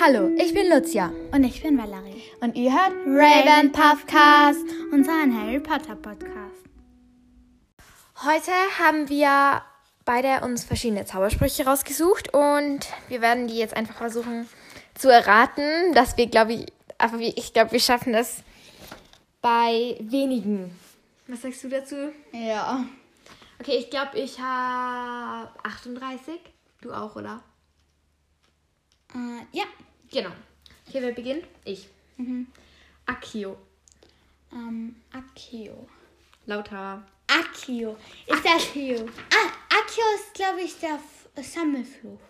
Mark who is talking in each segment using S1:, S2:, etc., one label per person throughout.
S1: Hallo, ich bin Lucia
S2: Und ich bin Valerie.
S1: und ihr hört
S2: Ravenpuffcast. Unseren Harry Potter Podcast.
S1: Heute haben wir beide uns verschiedene Zaubersprüche rausgesucht und wir werden die jetzt einfach versuchen zu erraten, dass wir, glaube ich, aber wir- ich glaube, wir schaffen das bei wenigen. Was sagst du dazu?
S2: Ja.
S1: Okay, ich glaube, ich habe 38. Du auch, oder?
S2: Äh, ja.
S1: Genau. Okay, wer beginnt? Ich. Akio.
S2: Ähm, Akio.
S1: Lauter.
S2: Akio. Ist Akio. Das, ah, Akio ist, glaube ich, der F Sammelfluch.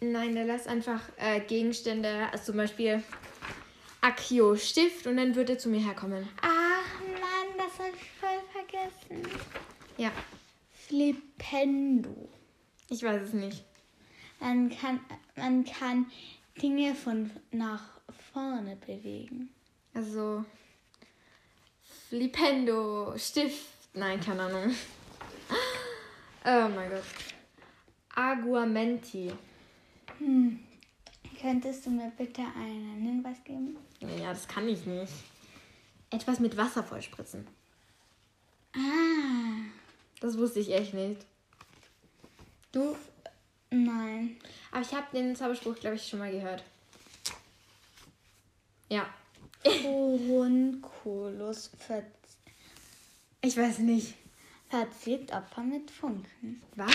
S1: Nein, der lässt einfach äh, Gegenstände, also zum Beispiel Akio Stift und dann wird er zu mir herkommen.
S2: Ach Mann, das habe ich voll vergessen.
S1: Ja,
S2: Flippendo.
S1: ich weiß es nicht.
S2: Man kann, man kann Dinge von nach vorne bewegen.
S1: Also Flipendo Stift, nein, keine Ahnung. oh mein Gott. Aguamenti.
S2: Hm. Könntest du mir bitte einen Hinweis geben?
S1: Ja, das kann ich nicht. Etwas mit Wasser vollspritzen.
S2: Ah,
S1: Das wusste ich echt nicht. Du?
S2: nein.
S1: Aber ich habe den Zauberspruch, glaube ich, schon mal gehört. Ja,
S2: Furunculus ver
S1: ich weiß nicht.
S2: verziert Opfer mit Funken.
S1: Was?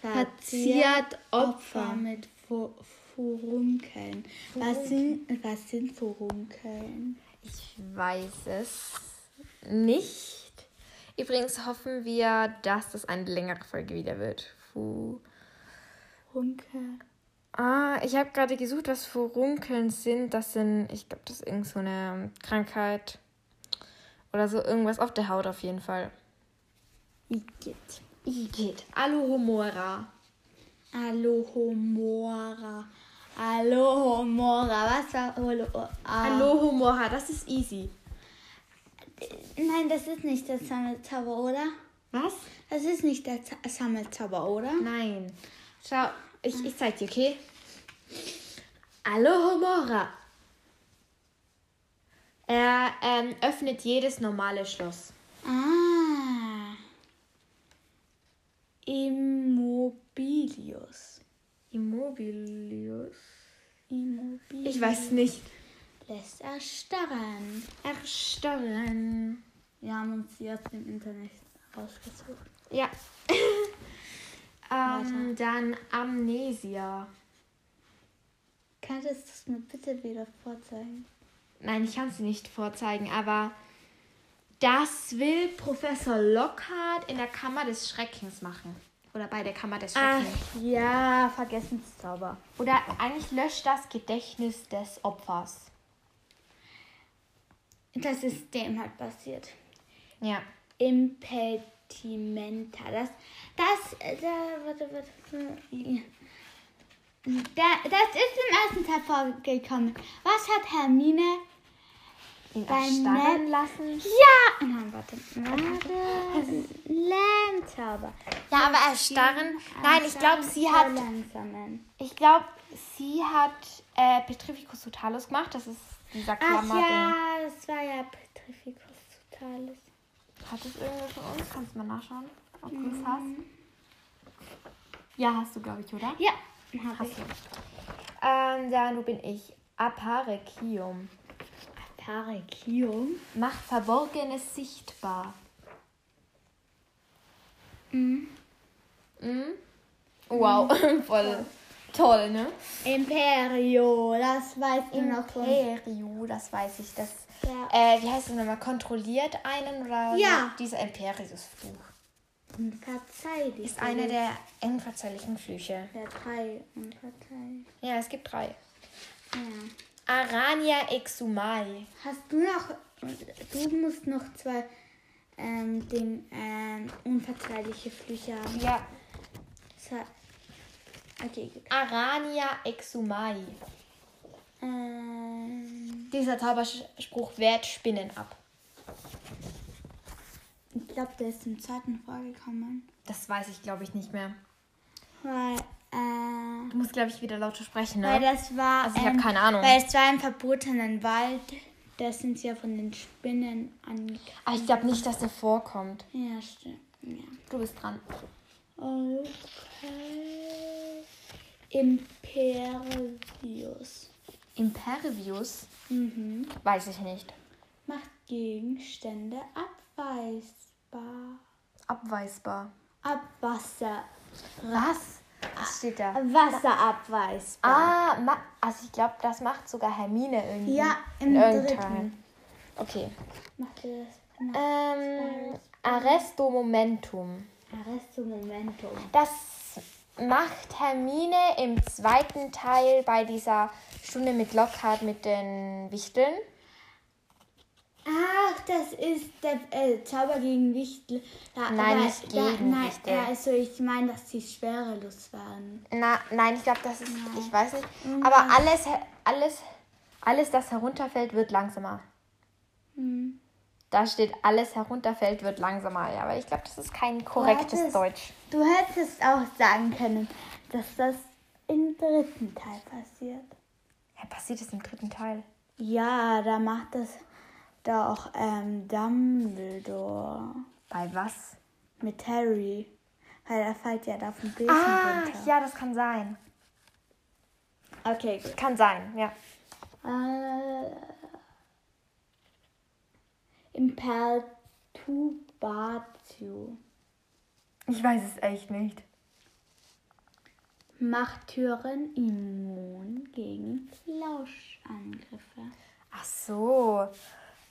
S2: Verziert Opfer mit Fu Furunkeln. Was sind, was sind Furunkeln?
S1: Ich weiß es nicht. Übrigens hoffen wir, dass das eine längere Folge wieder wird. Fu.
S2: Furunkel.
S1: Ah, ich habe gerade gesucht, was Furunkeln sind. Das sind, ich glaube, das ist irgend so eine Krankheit oder so irgendwas auf der Haut auf jeden Fall.
S2: Igitt.
S1: Igitt. Alohomora.
S2: Alohomora. Alohomora. Was war oh, ah. Alo
S1: Ah. Alohomora, das ist easy.
S2: Nein, das ist nicht der Sammelzauber, oder?
S1: Was?
S2: Das ist nicht der Z Sammelzauber, oder?
S1: Nein. Schau, ich, ich zeig dir, okay? Alohomora. Er ähm, öffnet jedes normale Schloss.
S2: Ah. Immobilius.
S1: Immobilius.
S2: Immobilius.
S1: Ich weiß nicht.
S2: Lässt erstarren.
S1: Erstarren.
S2: Wir haben uns die aus dem Internet rausgesucht.
S1: Ja. ähm, dann Amnesia.
S2: Könntest du es mir bitte wieder vorzeigen?
S1: Nein, ich kann es nicht vorzeigen, aber das will Professor Lockhart in der Kammer des Schreckens machen. Oder bei der Kammer des Schreckens.
S2: ja, Vergessenszauber.
S1: Oder eigentlich löscht das Gedächtnis des Opfers.
S2: Das ist dem halt passiert.
S1: Ja.
S2: Impedimenta. Das, das, äh, da, warte, warte. warte. Da, das ist im ersten Teil vorgekommen. Was hat Hermine?
S1: Ihn
S2: Beim
S1: erstarren lassen.
S2: Ja! Nein, warte. Warte. Lärmzauber.
S1: Ja, aber erstarren. Nein, ich glaube, sie hat.
S2: Verlangsamen.
S1: Ich glaube, sie hat äh, Petrificus totalus gemacht. Das ist dieser
S2: Ach
S1: Klammer.
S2: ja, das war ja Petrificus Totalis.
S1: Hat das irgendwer von uns? Kannst du mal nachschauen, ob du
S2: Mhm.
S1: es hast? Ja, hast du, glaube ich, oder?
S2: Ja, hab
S1: Hast
S2: ich.
S1: du. Ähm, dann, wo bin ich? Aparecium.
S2: Parakium.
S1: Macht Verborgenes sichtbar. Mhm. Wow, voll toll, ne?
S2: Imperio, das weißt du noch von
S1: Imperio, das weiß ich. Das,
S2: Ja.
S1: äh, wie heißt das nochmal? Kontrolliert einen oder
S2: Ja.
S1: dieser Imperius-Fluch?
S2: Verzeih dich.
S1: Ist einer der eng verzeihlichen Flüche.
S2: Ja, drei und Partei.
S1: Ja, es gibt drei.
S2: Ja.
S1: Arania Exumai.
S2: Hast du noch. Du musst noch zwei ähm, den ähm, unverzeihliche Flüche haben.
S1: Ja,
S2: Zwei- Okay, gut.
S1: Arania Exumai.
S2: Ähm,
S1: Dieser Zauberspruch wehrt Spinnen ab.
S2: ich glaube, der ist im zweiten vorgekommen.
S1: Das weiß ich, glaube ich, nicht mehr.
S2: Weil Äh,
S1: Du musst, glaube ich, wieder lauter sprechen,
S2: Weil
S1: ne?
S2: das war.
S1: Also ich hab keine Ahnung.
S2: Weil es war im verbotenen Wald. Da sind sie ja von den Spinnen angegriffen.
S1: Aber ich glaube nicht, dass der vorkommt.
S2: Ja, stimmt. Ja.
S1: Du bist dran.
S2: Okay. Imperius.
S1: Impervious?
S2: Mhm.
S1: Weiß ich nicht.
S2: Macht Gegenstände abweisbar.
S1: Abweisbar.
S2: Abwasser.
S1: Was? Was steht da?
S2: Wasser abweisbar.
S1: Ah, ma also ich glaube, das macht sogar Hermine irgendwie.
S2: Ja, im
S1: In irgendeinem
S2: dritten.
S1: Teil. Okay.
S2: Macht ihr das? Na,
S1: Ähm, Arresto Momentum.
S2: Arresto Momentum.
S1: Das macht Hermine im zweiten Teil bei dieser Stunde mit Lockhart mit den Wichteln.
S2: Ach, das ist der äh, Zauber gegen Wichtel. Da,
S1: Nein, nicht gegen
S2: nein,
S1: Wichtel.
S2: ja, also ich meine, dass die schwerelos waren.
S1: Na, nein, ich glaube, das ist, ich weiß nicht. Aber alles, alles, alles, das herunterfällt, wird langsamer. Mhm. Da steht, alles herunterfällt, wird langsamer. Ja, aber ich glaube, das ist kein korrektes
S2: hattest-
S1: Deutsch.
S2: Du hättest auch sagen können, dass das im dritten Teil passiert.
S1: Ja, passiert es im dritten Teil?
S2: Ja, da macht das da auch ähm, Dumbledore
S1: Bei was?
S2: mit Harry. Weil er fällt ja da vom Besen
S1: Ah,
S2: runter.
S1: ja, das kann sein.
S2: Okay, gut.
S1: Kann sein, ja.
S2: Äh, Imperturbatio.
S1: Ich weiß es echt nicht.
S2: Macht Türen immun gegen Lauschangriffe.
S1: Ach so.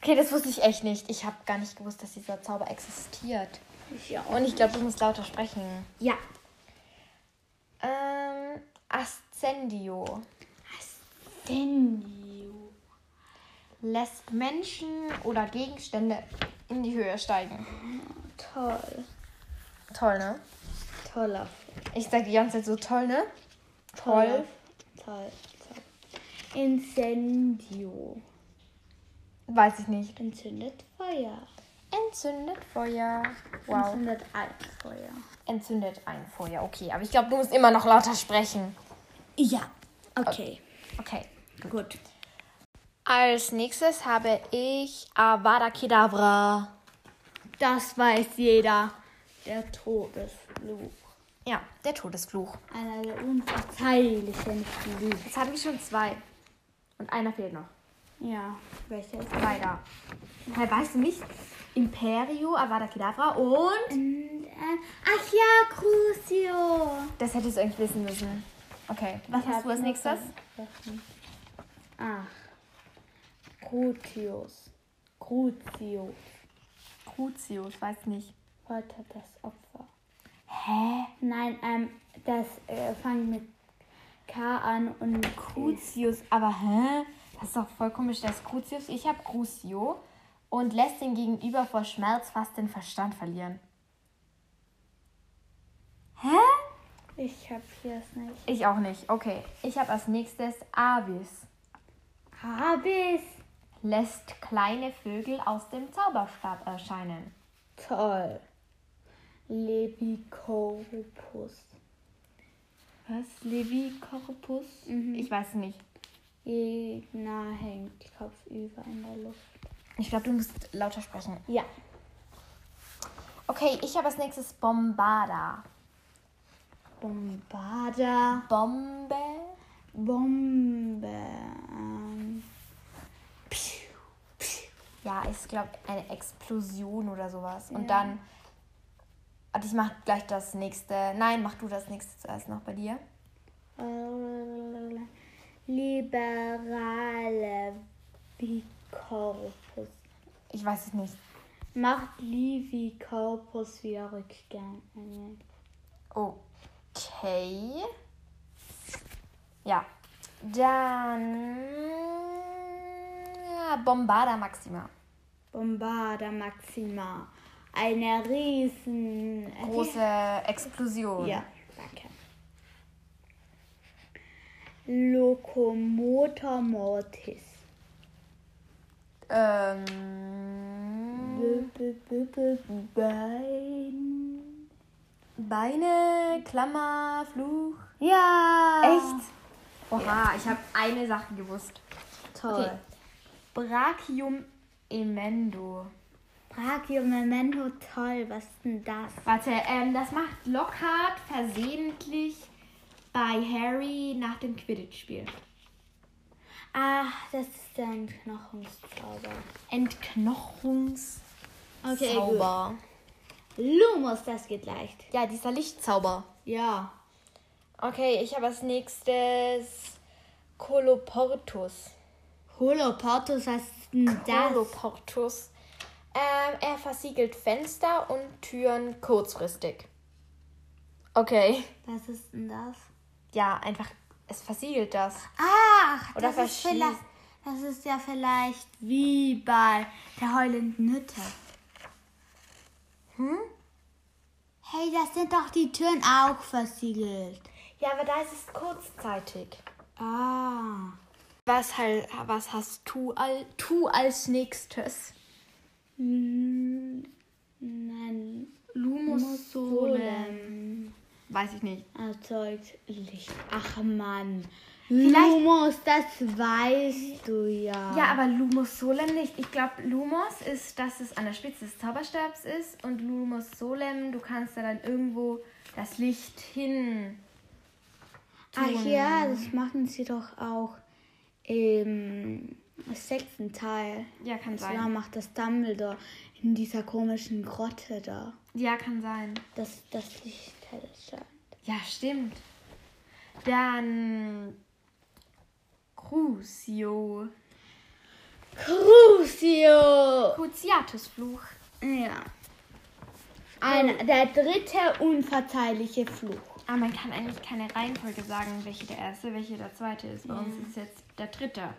S1: Okay, das wusste ich echt nicht. Ich habe gar nicht gewusst, dass dieser Zauber existiert.
S2: Ich auch.
S1: Und ich glaube, du musst lauter sprechen.
S2: Ja.
S1: Ähm, Ascendio.
S2: Ascendio.
S1: lässt Menschen oder Gegenstände in die Höhe steigen.
S2: Toll.
S1: Toll, ne?
S2: Toller.
S1: Ich sag die ganze Zeit so toll, ne?
S2: Toll. Toll. Toll. Incendio.
S1: Weiß ich nicht.
S2: Entzündet Feuer.
S1: Entzündet Feuer. Wow.
S2: Entzündet alles Feuer.
S1: Entzündet ein Feuer. Okay, aber ich glaube, du musst immer noch lauter sprechen.
S2: Ja. Okay.
S1: Okay.
S2: Gut.
S1: Als nächstes habe ich Avada Kedavra.
S2: Das weiß jeder. Der Todesfluch.
S1: Ja, der Todesfluch.
S2: Einer der unverzeihlichen Flüche.
S1: Jetzt haben wir schon zwei. Und einer fehlt noch.
S2: Ja, welcher ist
S1: Zwei da. Weil weißt du nicht? Imperio, Avada Kedavra und...
S2: Und, äh, ach ja, Crucio.
S1: Das hättest du eigentlich wissen müssen. Okay, was hast du als nächstes?
S2: Ach. Crucius. Crucio.
S1: Crucius, weiß nicht.
S2: Foltert das Opfer.
S1: Hä?
S2: Nein, ähm, das äh, fängt mit K an und
S1: Crucius, aber hä? Das ist doch voll komisch, dass Crucius, ich hab Crucio und lässt den Gegenüber vor Schmerz fast den Verstand verlieren. Hä?
S2: Ich hab hier es nicht.
S1: Ich auch nicht. Okay, ich habe als nächstes Avis.
S2: Habis.
S1: Lässt kleine Vögel aus dem Zauberstab erscheinen.
S2: Toll. Levicorpus.
S1: Was? Levi Corpus? Mhm. Ich weiß nicht.
S2: Gegner hängt kopfüber in der Luft.
S1: Ich glaube, du musst lauter sprechen.
S2: Ja.
S1: Okay, ich habe als nächstes Bombarda.
S2: Bombarda.
S1: Bombe?
S2: Bombe. Ähm,
S1: Ja, ich glaube, eine Explosion oder sowas. Und dann. Also ich mach gleich das nächste. Nein, mach du das nächste zuerst noch bei dir.
S2: äh, liberale Vicorpus.
S1: Ich weiß es nicht.
S2: Macht Livi Corpus wieder rückgängig.
S1: Okay. Ja. Dann. Ja, Bombarda Maxima.
S2: Bombarda Maxima. Eine riesen...
S1: Große Explosion.
S2: Ja, danke. Locomotor Mortis.
S1: Ähm.
S2: Bein.
S1: Beine, Klammer, Fluch.
S2: Ja. Echt?
S1: Oha, ich habe eine Sache gewusst.
S2: Toll.
S1: Okay. Brachium emendo.
S2: Brachium Memento, toll. Was ist denn das?
S1: Warte, ähm, das macht Lockhart versehentlich bei Harry nach dem Quidditch-Spiel.
S2: Ach, Ah, das ist ein Knochenzauber.
S1: Entknochungszauber.
S2: Okay, Lumos, das geht leicht.
S1: Ja, dieser Lichtzauber.
S2: Ja.
S1: Okay, ich habe als nächstes Koloportus.
S2: Holoportus, was ist denn das?
S1: Koloportus. Ähm, er versiegelt Fenster und Türen kurzfristig. Okay.
S2: Was ist denn das?
S1: Ja, einfach, es versiegelt das.
S2: Ach,
S1: Oder
S2: das, ist
S1: verschieß-
S2: vielleicht, das ist ja vielleicht wie bei der heulenden Hütte.
S1: Hm?
S2: Hey, das sind doch die Türen auch versiegelt.
S1: Ja, aber da ist es kurzzeitig.
S2: Ah.
S1: Was, halt, was hast du, al, tu als nächstes?
S2: Hm, Nein.
S1: Lumus
S2: Solem.
S1: Weiß ich nicht.
S2: Erzeugt Licht. Ach Mann.
S1: Vielleicht-
S2: Lumos, das weißt du ja.
S1: Ja, aber Lumus Solem nicht. Ich glaube, Lumos ist, dass es an der Spitze des Zauberstabs ist und Lumus Solem, du kannst da dann irgendwo das Licht hin.
S2: Ach Ah, ja, das machen sie doch auch im sechsten Teil.
S1: Ja, kann
S2: Da macht das Dumbledore in dieser komischen Grotte da.
S1: Ja, kann sein.
S2: Das, das Licht hätte scheint.
S1: Ja, stimmt. Dann Crucio.
S2: Crucio!
S1: Cruciatusfluch.
S2: Ja. Oh. Ein, der dritte unverzeihliche Fluch.
S1: Ah, man kann eigentlich keine Reihenfolge sagen, welche der erste, welche der zweite ist. Bei uns ist jetzt der dritte.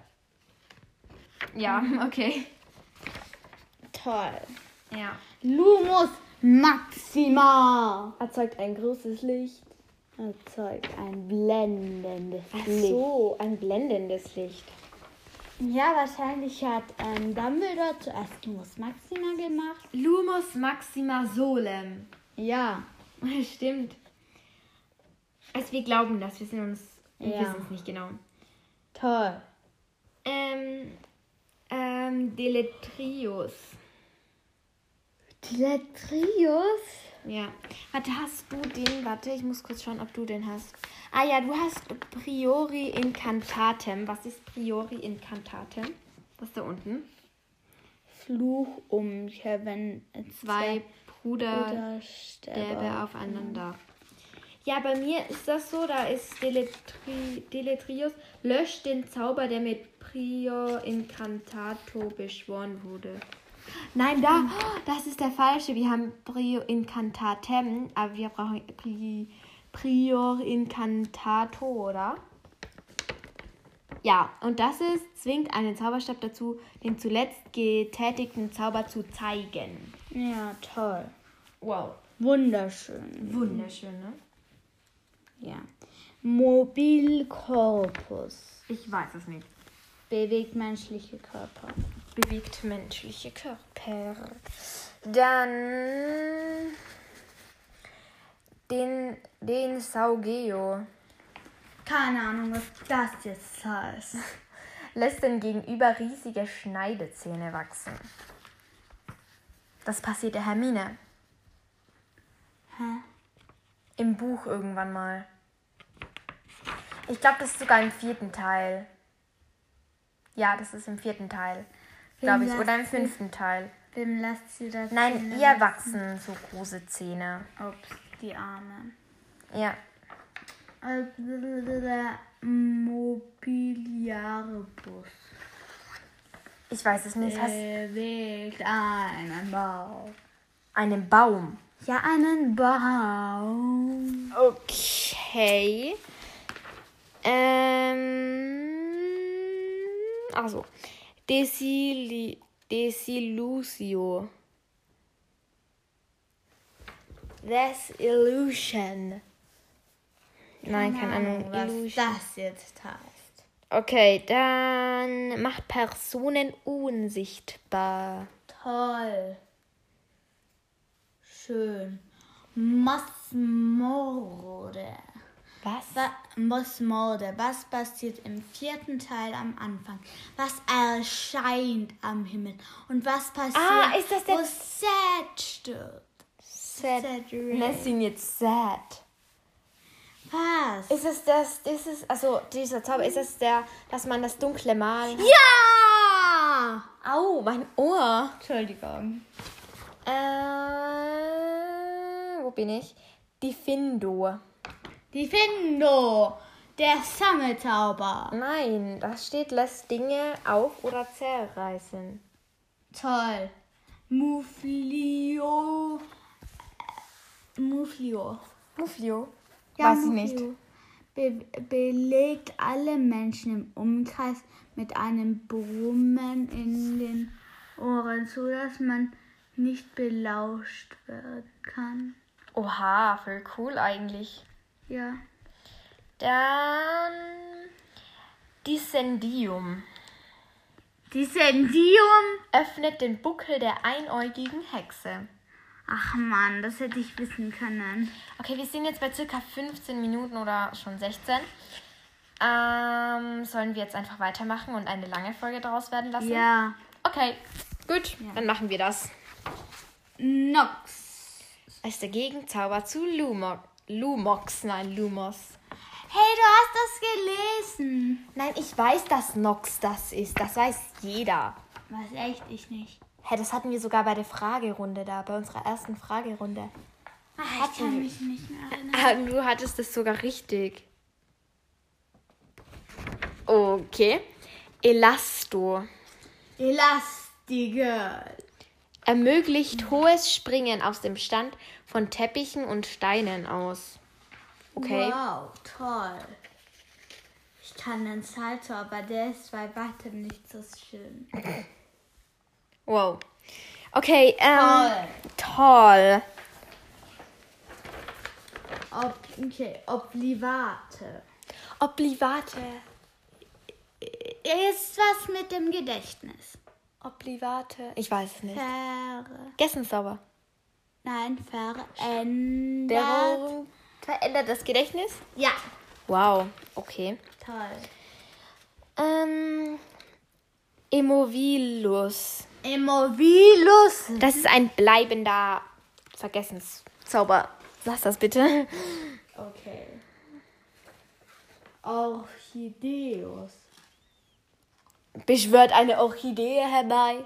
S1: Ja, okay.
S2: Toll.
S1: Ja.
S2: Lumus Maxima
S1: Erzeugt ein großes Licht.
S2: erzeugt ein blendendes
S1: Ach
S2: Licht.
S1: so, ein blendendes Licht.
S2: Ja, wahrscheinlich hat ähm, Dumbledore zuerst Lumus Maxima gemacht.
S1: Lumus maxima solem.
S2: Ja.
S1: Stimmt. Also wir glauben das, wir sind uns, wir
S2: Ja.
S1: wissen es nicht genau.
S2: Toll.
S1: Ähm, ähm, Deletrius.
S2: Deletrius?
S1: Ja. Warte, hast du den? Warte, ich muss kurz schauen, ob du den hast. Ah ja, du hast Priori Incantatem. Was ist Priori Incantatem? Das ist da unten.
S2: Fluch um Kevin
S1: Zwei Bruder
S2: oder
S1: Stäbe
S2: Stäbe.
S1: aufeinander. Ja, bei mir ist das so, da ist Deletri Deletrius löscht den Zauber, der mit Prior Incantato beschworen wurde. Nein, da, oh, das ist der falsche. Wir haben Prior Incantatem, aber wir brauchen Pri Prior Incantato, oder? Ja, und das ist, zwingt einen Zauberstab dazu, den zuletzt getätigten Zauber zu zeigen.
S2: Ja, toll.
S1: Wow.
S2: Wunderschön.
S1: Wunderschön, ne?
S2: Ja. Mobilkorpus.
S1: Ich weiß es nicht.
S2: Bewegt menschliche Körper.
S1: Bewegt menschliche Körper. Dann den, den Saugeo.
S2: Keine Ahnung, was das jetzt heißt.
S1: Lässt den Gegenüber riesige Schneidezähne wachsen. Das passiert der Hermine.
S2: Hä?
S1: Im Buch irgendwann mal. Ich glaube, das ist sogar im vierten Teil. Ja, das ist im vierten Teil. Glaube ich. Oder im fünften Teil.
S2: Wem lasst sie das?
S1: Nein, ihr wachsen so große Zähne.
S2: Ups, die Arme. Äh,
S1: Ja.
S2: Mobiliarbus.
S1: Ich weiß es nicht. Hast
S2: Bewegt einen Baum.
S1: einen Baum.
S2: Ja, einen Baum.
S1: Okay. Ähm. Also. Desili Desillusio. Desillusion. Nein, keine Ahnung.
S2: was das jetzt heißt.
S1: Okay, dann macht Personen unsichtbar.
S2: Toll. Schön. Mass Morde.
S1: Was?
S2: Wa- Was Morde? Was passiert im vierten Teil am Anfang? Was erscheint am Himmel? Und was passiert,
S1: Ah, ist das der-
S2: wo Sad stirbt?
S1: Sad.
S2: Cedric.
S1: Nennst du ihn jetzt sad?
S2: Was?
S1: Ist es das, ist es, also dieser Zauber, ist es der, dass man das dunkle Mal...
S2: ja!
S1: Au, mein Ohr.
S2: Entschuldigung.
S1: Äh, wo bin ich? Die Findo.
S2: Die Findo, der Sammelzauber.
S1: Nein, da steht, lässt Dinge auf oder zerreißen.
S2: Toll. Muflio. äh, Muflio.
S1: Muflio?
S2: Ja,
S1: Weiß ich
S2: Muflio.
S1: nicht.
S2: Be belegt alle Menschen im Umkreis mit einem Brummen in den Ohren, so dass man nicht belauscht werden kann.
S1: Oha, voll cool eigentlich.
S2: Ja.
S1: Dann Dissendium.
S2: Dissendium.
S1: Öffnet den Buckel der einäugigen Hexe.
S2: Ach man, das hätte ich wissen können.
S1: Okay, wir sind jetzt bei circa 15 Minuten oder schon 16. Ähm, sollen wir jetzt einfach weitermachen und eine lange Folge daraus werden lassen?
S2: Ja.
S1: Okay, gut, dann machen wir das.
S2: Nox.
S1: Als der Gegenzauber zu Lumok. Lumox, nein, Lumos.
S2: Hey, du hast das gelesen.
S1: Nein, ich weiß, dass Nox das ist. Das weiß jeder.
S2: Was echt ich nicht.
S1: Hä, das hatten wir sogar bei der Fragerunde da, bei unserer ersten Fragerunde.
S2: Ach, Ah, ich kann mich nicht mehr erinnern.
S1: Ah, du hattest das sogar richtig. Okay. Elasto.
S2: Elastigirl.
S1: Ermöglicht hohes Springen aus dem Stand von Teppichen und Steinen aus. Okay.
S2: Wow, toll. Ich kann den Salto, aber der ist bei weitem nicht so schön.
S1: Wow. Okay, ähm. Toll.
S2: Toll. Ob, okay, Oblivate.
S1: Oblivate.
S2: Ist was mit dem Gedächtnis?
S1: Oblivate. Ich weiß es nicht.
S2: Ver...
S1: Gessensauber.
S2: Nein, verändert.
S1: Der verändert das Gedächtnis?
S2: Ja,
S1: Wow. Okay.
S2: toll.
S1: Ähm. Immovilus.
S2: Immobilus.
S1: Das ist ein bleibender Vergessenszauber. Lass das bitte.
S2: Okay. Orchideus.
S1: Beschwört eine Orchidee herbei.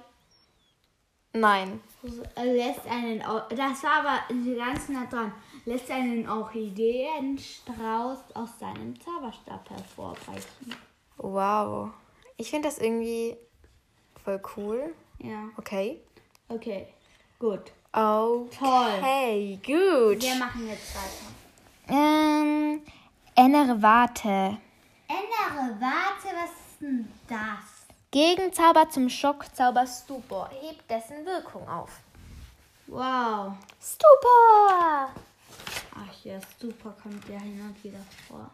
S1: Nein.
S2: Lässt einen, Or- das war aber ganz nah dran, lässt einen Orchideenstrauß aus seinem Zauberstab hervorbrechen.
S1: Wow. Ich finde das irgendwie voll cool.
S2: Ja.
S1: Okay.
S2: Okay, gut.
S1: Okay, gut.
S2: Wir machen jetzt weiter.
S1: Ähm, Enervate.
S2: Ändere, warte, was ist denn das?
S1: Gegenzauber zum Schockzauber Stupor. Hebt dessen Wirkung auf.
S2: Wow.
S1: Stupor!
S2: Ach ja, super kommt ja hin und wieder vor.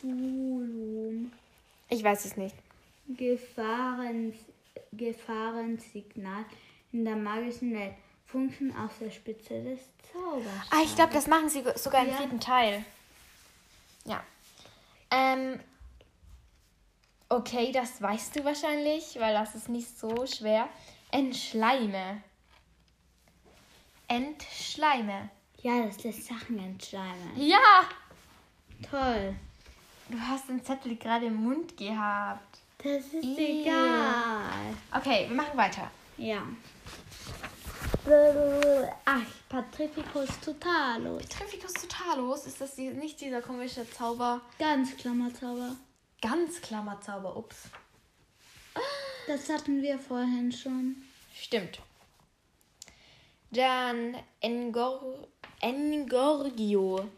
S2: Perisulum.
S1: Ich weiß es nicht.
S2: Gefahren, Gefahrensignal in der magischen Welt. Funken aus der Spitze des Zaubers.
S1: Ah, ich glaube, das machen sie go- sogar im
S2: Ja.
S1: vierten Teil. Ja. Ähm. Okay, das weißt du wahrscheinlich, weil das ist nicht so schwer. Entschleime. Entschleime.
S2: Ja, das lässt Sachen entschleimen.
S1: Ja!
S2: Toll.
S1: Du hast den Zettel gerade im Mund gehabt.
S2: Das ist
S1: Ih.
S2: egal.
S1: Okay, wir machen weiter.
S2: Ja. Ach, Patrificus totalus.
S1: Trificus totalus, ist das die, nicht dieser komische Zauber?
S2: Ganz Klammerzauber.
S1: Ganz Klammerzauber, ups.
S2: Das hatten wir vorhin schon.
S1: Stimmt. Dann Engor Engorgio.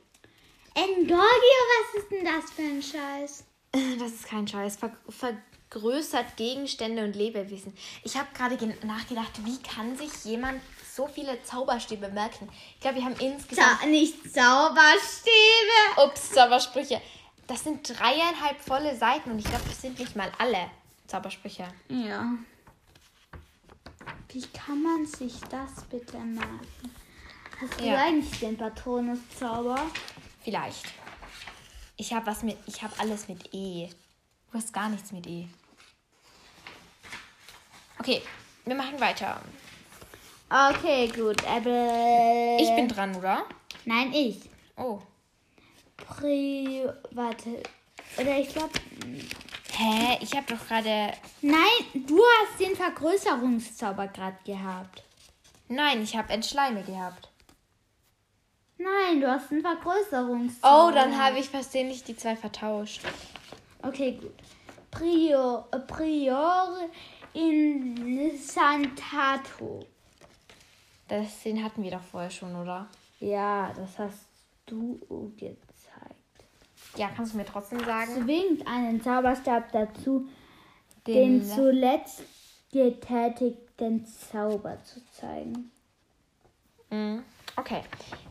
S2: Engorgio, was ist denn das für ein Scheiß?
S1: Das ist kein Scheiß. Ver vergrößert Gegenstände und Lebewesen. Ich habe gerade gen- nachgedacht, wie kann sich jemand so viele Zauberstäbe merken? Ich glaube, wir haben insgesamt.
S2: nicht Zauberstäbe.
S1: Ups, Zaubersprüche. Das sind dreieinhalb volle Seiten und ich glaube, das sind nicht mal alle Zaubersprüche.
S2: Ja. Wie kann man sich das bitte merken? Hast du
S1: Ja.
S2: eigentlich den Patronuszauber?
S1: Vielleicht. Ich habe was mit. Ich habe alles mit E. Du hast gar nichts mit E. Okay, wir machen weiter.
S2: Okay, gut. Apple.
S1: Ich bin dran, oder?
S2: Nein, ich.
S1: Oh.
S2: Pri. Warte. Oder ich glaube.
S1: Hä? Ich habe doch gerade.
S2: Nein, du hast den Vergrößerungszauber gerade gehabt.
S1: Nein, ich habe Entschleime gehabt.
S2: Nein, du hast einen Vergrößerungszauber.
S1: Oh, dann habe ich versehentlich die zwei vertauscht.
S2: Okay, gut. Prior, prior insantato.
S1: Das, den hatten wir doch vorher schon, oder?
S2: Ja, das hast du gezeigt.
S1: Ja, kannst du mir trotzdem sagen?
S2: Zwingt einen Zauberstab dazu, den,
S1: Den le-
S2: zuletzt getätigten Zauber zu zeigen.
S1: Mhm. Okay.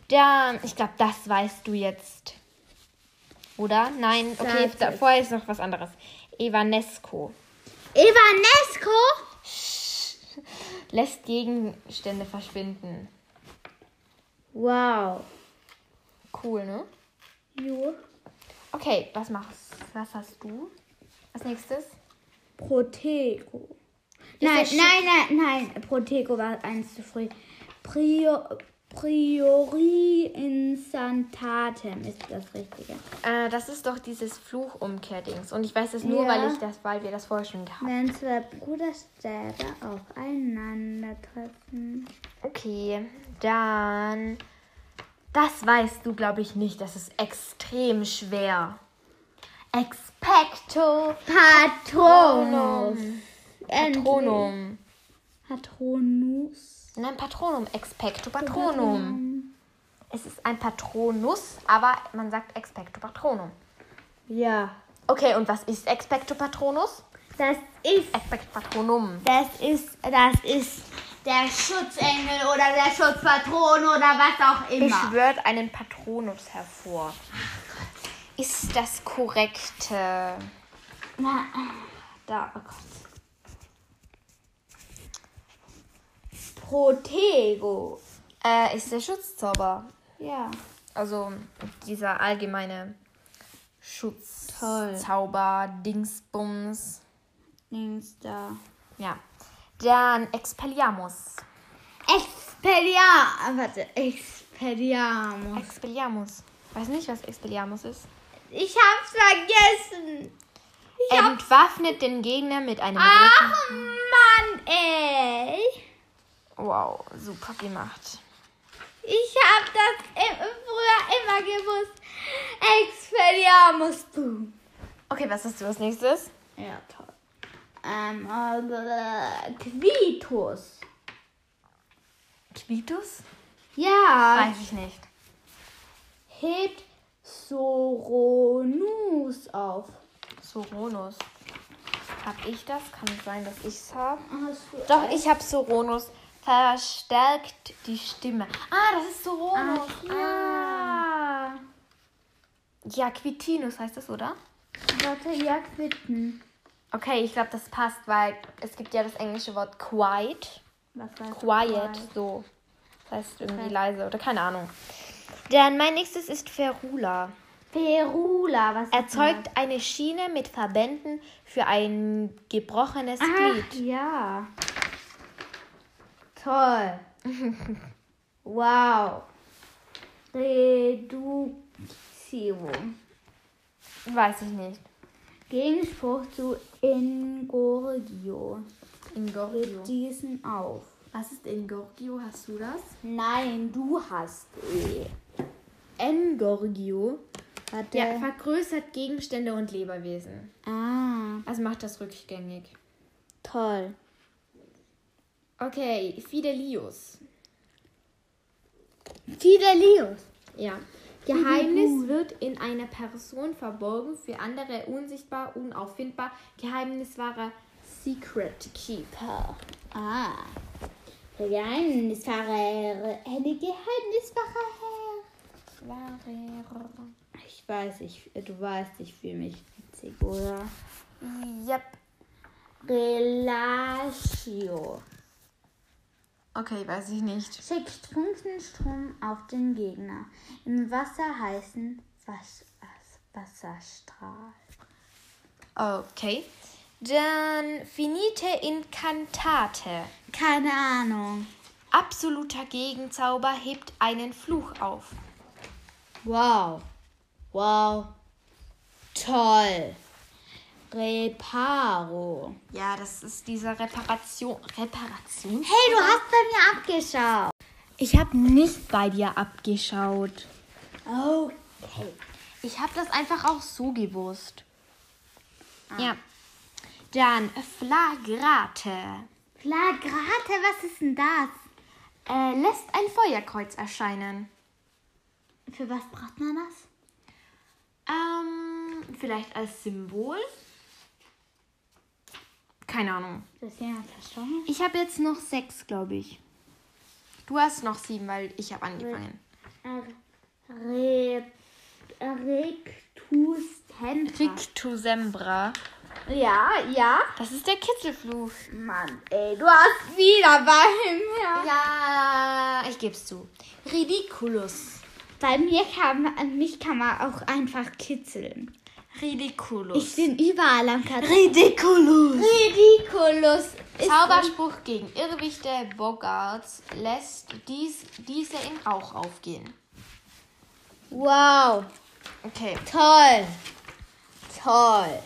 S1: Dann, ich glaube, das weißt du jetzt. Oder? Nein, okay,
S2: Sag
S1: da,
S2: es.
S1: vorher ist noch was anderes. Evanesco
S2: Evanesco?
S1: lässt Gegenstände verschwinden.
S2: Wow.
S1: Cool, ne?
S2: Jo.
S1: Okay, was machst Was hast du? Als nächstes?
S2: Protego. Nein,
S1: das schick?
S2: nein, nein, nein. Protego war eins zu früh. Prior, priori insantatem ist das Richtige.
S1: Äh, das ist doch dieses Fluchumkehrdings. Und ich weiß das nur,
S2: Ja.
S1: weil ich das, weil wir das vorher schon gehabt haben.
S2: Wenn zwei Bruderstäbe aufeinandertreffen.
S1: Okay, dann. Das weißt du, glaube ich, nicht. Das ist extrem schwer. Expecto
S2: Patronus. Endlich.
S1: Patronum.
S2: Patronus.
S1: Nein, Patronum. Expecto Patronum. Es ist ein Patronus, aber man sagt Expecto Patronum.
S2: Ja.
S1: Okay, und was ist Expecto Patronus?
S2: Das ist,
S1: Expecto Patronum.
S2: das ist, das ist der Schutzengel oder der Schutzpatron oder was auch immer.
S1: Beschwört einen Patronus hervor. Ist das korrekte?
S2: Na,
S1: Da, oh Gott.
S2: Protego.
S1: Äh, ist der Schutzzauber.
S2: Ja.
S1: Also dieser allgemeine Schutzzauber, Dingsbums.
S2: Links da.
S1: Ja. Dann Expelliarmus.
S2: Expelliarmus. Warte, Expelliarmus.
S1: Expelliarmus. Weiß nicht, was Expelliarmus ist.
S2: Ich hab's vergessen.
S1: Ähm. Entwaffnet den Gegner mit einem.
S2: Ach Mann, ey.
S1: Rücken- Wow, super gemacht.
S2: Ich hab das im, früher immer gewusst. Expelliarmus du.
S1: Okay, was hast du als nächstes?
S2: Ja, toll. Ähm, äh, Quitus.
S1: Quitus?
S2: Ja.
S1: Weiß ich nicht.
S2: Hebt Soronus auf.
S1: Soronus. Hab ich das? Kann es sein, dass ich's hab?
S2: Hast du
S1: Doch, ich hab Soronus. Verstärkt die Stimme. Ah, das ist Soronus. ah.
S2: ja.
S1: Ja, Quitinus heißt das, oder?
S2: Warte, ja, quitten.
S1: Okay, ich glaube, das passt, weil es gibt ja das englische Wort quiet.
S2: Was heißt
S1: Quiet, so. Das heißt irgendwie leise oder keine Ahnung. Dann mein nächstes ist Ferula.
S2: Ferula, was ist
S1: Erzeugt eine Schiene mit Verbänden für ein gebrochenes
S2: das? Ach,
S1: Glied.
S2: Ah, ja. Toll. wow. Reduxio.
S1: Weiß ich nicht.
S2: Gegenspruch zu Ingorgio.
S1: Ingorgio.
S2: Diesen auf.
S1: Was ist Ingorgio? Hast du das?
S2: Nein, du hast eh.
S1: Engorgio.
S2: Warte.
S1: Ja, vergrößert Gegenstände und Lebewesen.
S2: ah,
S1: Also macht das rückgängig.
S2: toll.
S1: Okay, Fidelius.
S2: Fidelius.
S1: Ja. Geheimnis wird in einer Person verborgen, für andere unsichtbar, unauffindbar. Geheimniswahrer Secret Keeper.
S2: Ah. Der geheimniswahre Herr. Eine geheimniswahre Herr. Ich weiß, ich, äh, du weißt, ich fühle mich witzig, oder?
S1: Yep.
S2: Relatio.
S1: Okay, weiß ich nicht.
S2: Schick Funkenstrom auf den Gegner. Im Wasser heißen Was Was- Wasserstrahl.
S1: Okay. Dann finite incantate.
S2: Keine Ahnung.
S1: Absoluter Gegenzauber hebt einen Fluch auf.
S3: Wow. Wow. Toll. Reparo.
S1: Ja, das ist diese Reparation. Reparation?
S2: Hey, du hast bei mir abgeschaut.
S3: Ich habe nicht bei dir abgeschaut.
S2: Oh,
S1: Ich habe das einfach auch so gewusst. Ja. Dann flagrate.
S2: Flagrate, was ist denn das?
S1: Äh, lässt ein Feuerkreuz erscheinen.
S2: Für was braucht man das?
S1: Ähm, vielleicht als Symbol? Keine Ahnung.
S2: Das ist jemand verstorben.
S1: Ich habe jetzt noch sechs, glaube ich. Du hast noch sieben, weil ich habe angefangen.
S2: Re Rectus Tenta.
S1: Rictusembra.
S2: Ja, ja.
S1: Das ist der Kitzelfluch.
S2: Mann, ey, du hast wieder bei mir.
S1: Ja, ich geb's zu. Ridiculous.
S2: Bei mir kann man, an mich kann man auch einfach kitzeln. Ich
S1: Ridiculous.
S2: bin überall am Katz.
S1: Ridiculous.
S2: Ridiculous.
S1: Zauberspruch gegen Irrwichte Bogarts lässt dies, diese in Rauch aufgehen.
S3: Wow.
S1: Okay.
S3: Toll. Toll.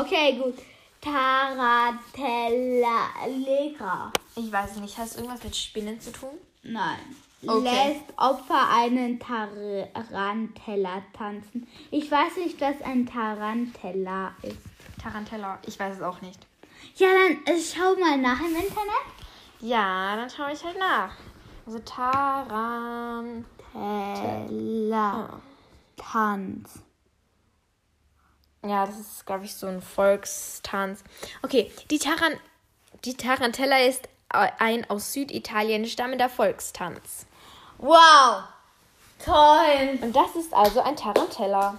S2: Okay, gut. Taratella Allegra.
S1: Ich weiß nicht, hast du irgendwas mit Spinnen zu tun?
S2: Nein.
S1: Okay.
S2: Lässt Opfer einen Tarantella tanzen. Ich weiß nicht, was ein Tarantella ist.
S1: Tarantella, ich weiß es auch nicht.
S2: Ja, dann äh, schau mal nach im Internet.
S1: Ja, dann schaue ich halt nach. Also Taran.
S2: Tella
S3: Ah.
S2: Tanz.
S1: Ja, das ist, glaube ich, so ein Volkstanz. Okay, die, Taran die Tarantella ist ein aus Süditalien stammender Volkstanz.
S3: Wow. Toll.
S1: Und das ist also ein Tarantella.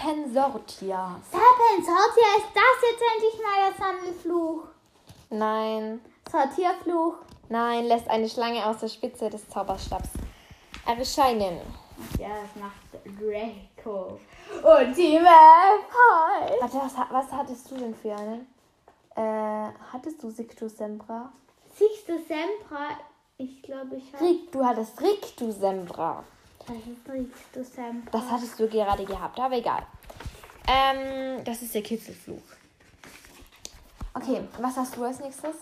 S1: Serpensortia.
S2: Serpent, Sortier, ist das jetzt endlich mal der Sammelfluch?
S1: Nein,
S2: Sortierfluch.
S1: nein, lässt eine Schlange aus der Spitze des Zauberstabs erscheinen.
S2: Ja, das macht Draco. Und die Malfoy.
S1: Warte, was, ha- was hattest du denn für einen? Äh, hattest du Sictus Sembra?
S2: Siehst du Sempra? Ich glaube, ich habe...
S1: Rick, du hattest Rictus Sembra.
S2: Das ist riechst du Sempra.
S1: Das hattest du gerade gehabt, aber egal. Ähm, das ist der Kitzelfluch. Okay, was hast du als nächstes?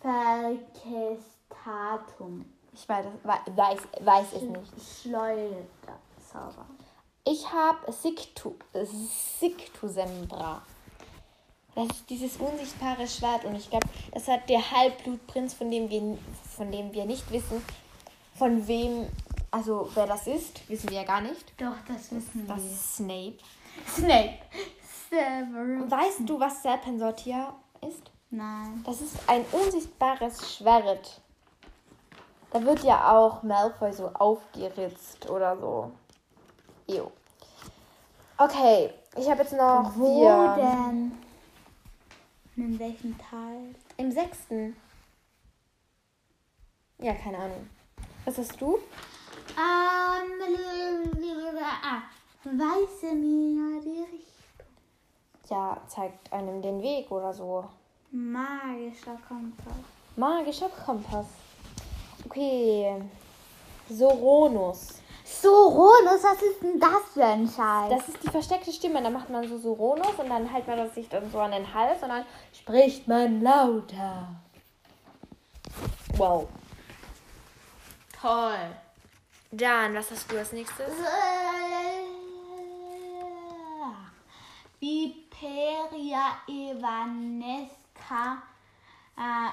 S2: Verkestatum.
S1: Ich weiß, wei- weiß, weiß es nicht.
S2: Schleuderzauber.
S1: Ich habe Siktu, Siktusembra. Das ist dieses unsichtbare Schwert und ich glaube, das hat der Halbblutprinz, von dem, wir, von dem wir nicht wissen, von wem, also wer das ist, wissen wir ja gar nicht.
S2: Doch, das wissen
S1: Das ist Snape.
S2: Snape. Severus.
S1: Weißt du, was Serpensortia ist?
S2: Nein.
S1: Das ist ein unsichtbares Schwert. Da wird ja auch Malfoy so aufgeritzt oder so. Jo. Okay, ich habe jetzt noch
S2: Wo
S1: vier.
S2: denn? In welchem Teil?
S1: Im sechsten. Ja, keine Ahnung. Was hast du?
S2: Ähm, ah, weiße mir die Richtung.
S1: Ja, zeigt einem den Weg oder so.
S2: Magischer Kompass.
S1: Magischer Kompass. Okay. Soronus.
S2: Soronus, was ist denn das für ein Scheiß?
S1: Das ist die versteckte Stimme. Da macht man so Soronus und dann hält man das sich dann so an den Hals und dann spricht man lauter. Wow.
S3: Toll.
S1: Dann, was hast du als nächstes?
S2: Viperia evanesca äh,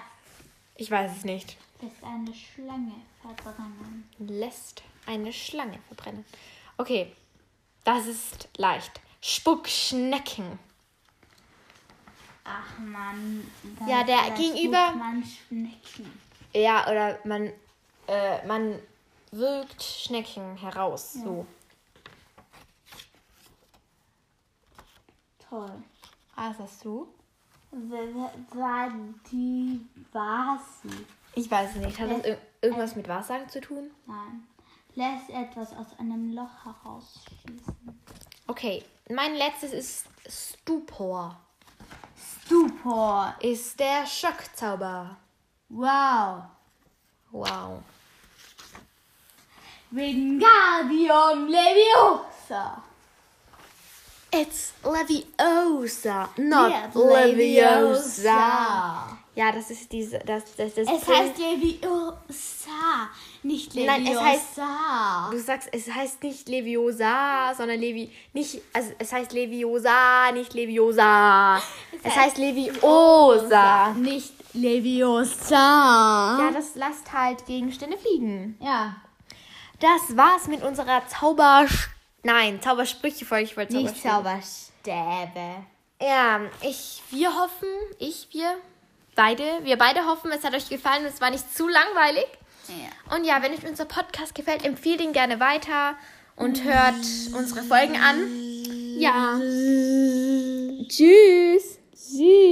S1: Ich weiß es nicht.
S2: ist eine Schlange verbrennen.
S1: Lässt eine Schlange verbrennen. Okay, das ist leicht. Spuckschnecken.
S2: Ach man. da-
S1: Ja, der
S2: da
S1: gegenüber-
S2: spukt Man Schnecken.
S1: Ja, oder man, äh, man wirkt Schnecken heraus. So.
S2: Toll.
S1: Was hast du?
S2: Wer- War die war sie?
S1: Ich weiß es nicht. Hat das ir irgendwas mit Wahrsagen zu tun?
S2: Nein. Lässt etwas aus einem Loch herausschießen.
S1: Okay, mein letztes ist Stupor.
S2: Stupor.
S1: Ist der Schockzauber.
S2: Wow.
S1: Wow.
S2: Wingardium Leviosa.
S1: It's Leviosa, not
S2: Yes,
S1: Leviosa. Ja, das ist diese, das, das, das.
S2: Es heißt Leviosa, nicht Leviosa.
S1: Nein, es heißt- Du sagst, es heißt nicht Leviosa, sondern Levi, nicht, also es heißt Leviosa, nicht Leviosa. Es, heißt, Leviosa.
S2: nicht Leviosa.
S1: Ja, das lasst halt Gegenstände fliegen.
S2: Ja,
S1: Das war's mit unserer Zauber... Nein, Zaubersprüche folge ich wollte
S2: nicht
S1: Zaubersprüche.
S2: Zauberstäbe.
S1: Ja, ich, wir hoffen, ich, wir, beide, wir beide hoffen, es hat euch gefallen und es war nicht zu langweilig.
S2: Ja.
S1: Und ja, wenn euch unser Podcast gefällt, empfehlt ihn gerne weiter und hört unsere Folgen an. Ja. Tschüss. Tschüss.